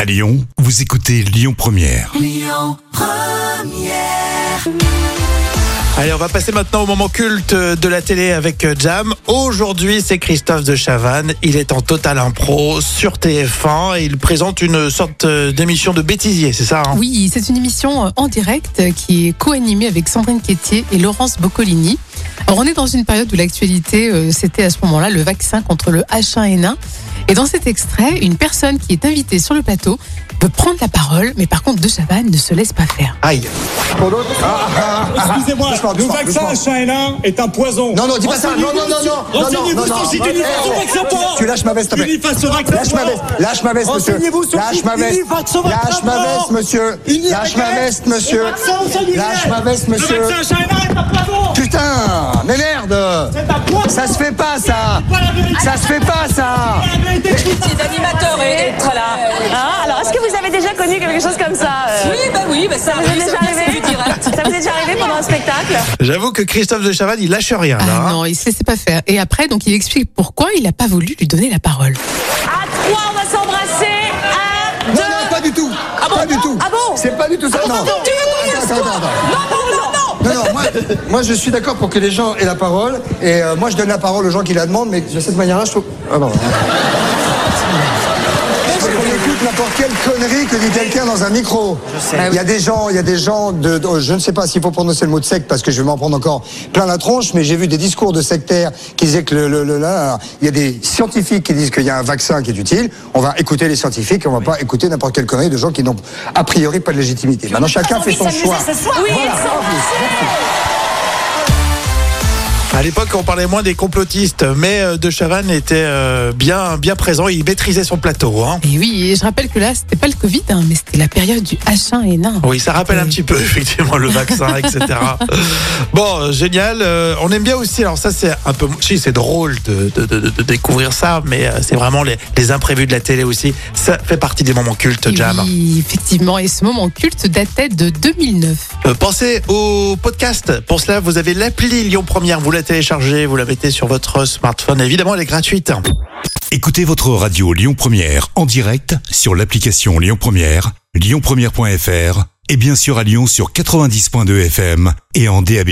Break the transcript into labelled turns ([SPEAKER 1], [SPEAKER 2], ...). [SPEAKER 1] À Lyon, vous écoutez Lyon Première.
[SPEAKER 2] Allez, on va passer maintenant au moment culte euh, de la télé avec Jam. Aujourd'hui, c'est Christophe de Chavannes. Il est en total impro sur TF1 et il présente une sorte euh, d'émission de bêtisier, c'est ça hein
[SPEAKER 3] Oui, c'est une émission euh, en direct euh, qui est co-animée avec Sandrine Quétier et Laurence Boccolini. Alors, on est dans une période où l'actualité, euh, c'était à ce moment-là le vaccin contre le H1N1. Et dans cet extrait, une personne qui est invitée sur le plateau peut prendre la parole, mais par contre, De Chavannes ne se laisse pas faire.
[SPEAKER 2] Aïe
[SPEAKER 4] Excusez-moi,
[SPEAKER 5] Doucement,
[SPEAKER 4] le
[SPEAKER 5] doucement,
[SPEAKER 4] vaccin H1N1 est un poison.
[SPEAKER 5] Non, non,
[SPEAKER 6] Oh,
[SPEAKER 5] dis pas ça. Non, non, non, non. non, non,
[SPEAKER 4] Renseignez-vous
[SPEAKER 5] non,
[SPEAKER 4] sur
[SPEAKER 5] non.
[SPEAKER 4] si tu dis face au
[SPEAKER 5] Eh,
[SPEAKER 4] vaccin
[SPEAKER 5] eh,
[SPEAKER 4] pour
[SPEAKER 5] Tu lâches ma veste,
[SPEAKER 4] Tu dis
[SPEAKER 5] mec.
[SPEAKER 4] face au vaccin
[SPEAKER 5] Lâche ma
[SPEAKER 4] pour-
[SPEAKER 5] veste, lâche ma veste, monsieur.
[SPEAKER 4] Renseignez-vous sur
[SPEAKER 5] Lâche
[SPEAKER 4] qui
[SPEAKER 5] ma veste.
[SPEAKER 4] dit vaccin au vaccin
[SPEAKER 5] Lâche ma
[SPEAKER 4] pour-
[SPEAKER 5] veste, monsieur.
[SPEAKER 4] Unis
[SPEAKER 5] Lâche
[SPEAKER 4] avec
[SPEAKER 5] ma
[SPEAKER 4] elle,
[SPEAKER 5] veste,
[SPEAKER 4] et
[SPEAKER 5] monsieur.
[SPEAKER 4] vaccin au singulier.
[SPEAKER 5] Lâche ma veste, monsieur.
[SPEAKER 4] Le vaccin H1N1 est un poison
[SPEAKER 5] Putain, mais merde.
[SPEAKER 4] C'est un poison
[SPEAKER 5] Ça se fait pas, ça.
[SPEAKER 4] C'est pas la vérité.
[SPEAKER 5] Ça se fait pas, ça.
[SPEAKER 4] C'est la vérité.
[SPEAKER 7] Des animateurs et être là.
[SPEAKER 6] Hein Alors, est-ce que vous avez déjà connu quelque chose comme ça euh,
[SPEAKER 7] Oui, bah oui, bah ça
[SPEAKER 6] Ça vous est
[SPEAKER 7] arrive,
[SPEAKER 6] déjà
[SPEAKER 7] ça fait
[SPEAKER 6] arrivé
[SPEAKER 7] du direct.
[SPEAKER 6] Ça vous est déjà arrivé pendant un spectacle
[SPEAKER 2] J'avoue que Christophe de Chavannes, il lâche rien là.
[SPEAKER 3] Ah
[SPEAKER 2] hein.
[SPEAKER 3] non, il se laissait pas faire. Et après, donc, il explique pourquoi il n'a pas voulu lui donner la parole.
[SPEAKER 6] À trois, on va s'embrasser. Un,
[SPEAKER 5] Non,
[SPEAKER 6] deux.
[SPEAKER 5] non, pas du tout. Pas du tout.
[SPEAKER 6] Ah bon
[SPEAKER 5] C'est pas du tout ça, non.
[SPEAKER 6] Tu veux qu'on fasse
[SPEAKER 5] Attends, attends,
[SPEAKER 6] quoi
[SPEAKER 5] attends.
[SPEAKER 6] Non, non, non, non.
[SPEAKER 5] Non, non, moi, moi je suis d'accord pour que les gens aient la parole. Et euh, moi je donne la parole aux gens qui la demandent, mais de cette manière-là, je trouve. Ah bon. Faut qu'on écoute n'importe quelle connerie que dit quelqu'un dans un micro. Il y a des gens, il y a des gens de, de- je ne sais pas s'il faut prononcer le mot de secte parce que je vais m'en prendre encore plein la tronche, mais j'ai vu des discours de sectaires qui disaient que le, le- le- là, il y a des scientifiques qui disent qu'il y a un vaccin qui est utile. On va écouter les scientifiques, on va pas écouter n'importe quelle connerie de gens qui n'ont a priori pas de légitimité. Maintenant chacun fait son choix.
[SPEAKER 6] Oui,
[SPEAKER 5] Voilà.
[SPEAKER 2] À l'époque, on parlait moins des complotistes, mais euh, de Chavannes était euh, bien, bien présent. Il maîtrisait son plateau. hein.
[SPEAKER 3] Et oui, et je rappelle que là, c'était pas le Covid, hein, mais c'était la période du H1N1.
[SPEAKER 2] Oui, ça rappelle un
[SPEAKER 3] Oui.
[SPEAKER 2] petit peu, effectivement, le vaccin, etc. Bon, euh, génial. Euh, on aime bien aussi, alors ça, c'est un peu. Si, c'est drôle de, de- de- de découvrir ça, mais euh, c'est vraiment les, les imprévus de la télé aussi. Ça fait partie des moments cultes,
[SPEAKER 3] Et
[SPEAKER 2] Jam.
[SPEAKER 3] oui, effectivement, et ce moment culte datait de 2009.
[SPEAKER 2] Euh, pensez au podcast. Pour cela, vous avez l'appli Lyon Première. Vous la téléchargez, vous la mettez sur votre smartphone. Évidemment, elle est gratuite.
[SPEAKER 1] Écoutez votre radio Lyon Première en direct sur l'application Lyon Première, lyonpremière.fr et bien sûr à Lyon sur 90.2 FM et en DAB+.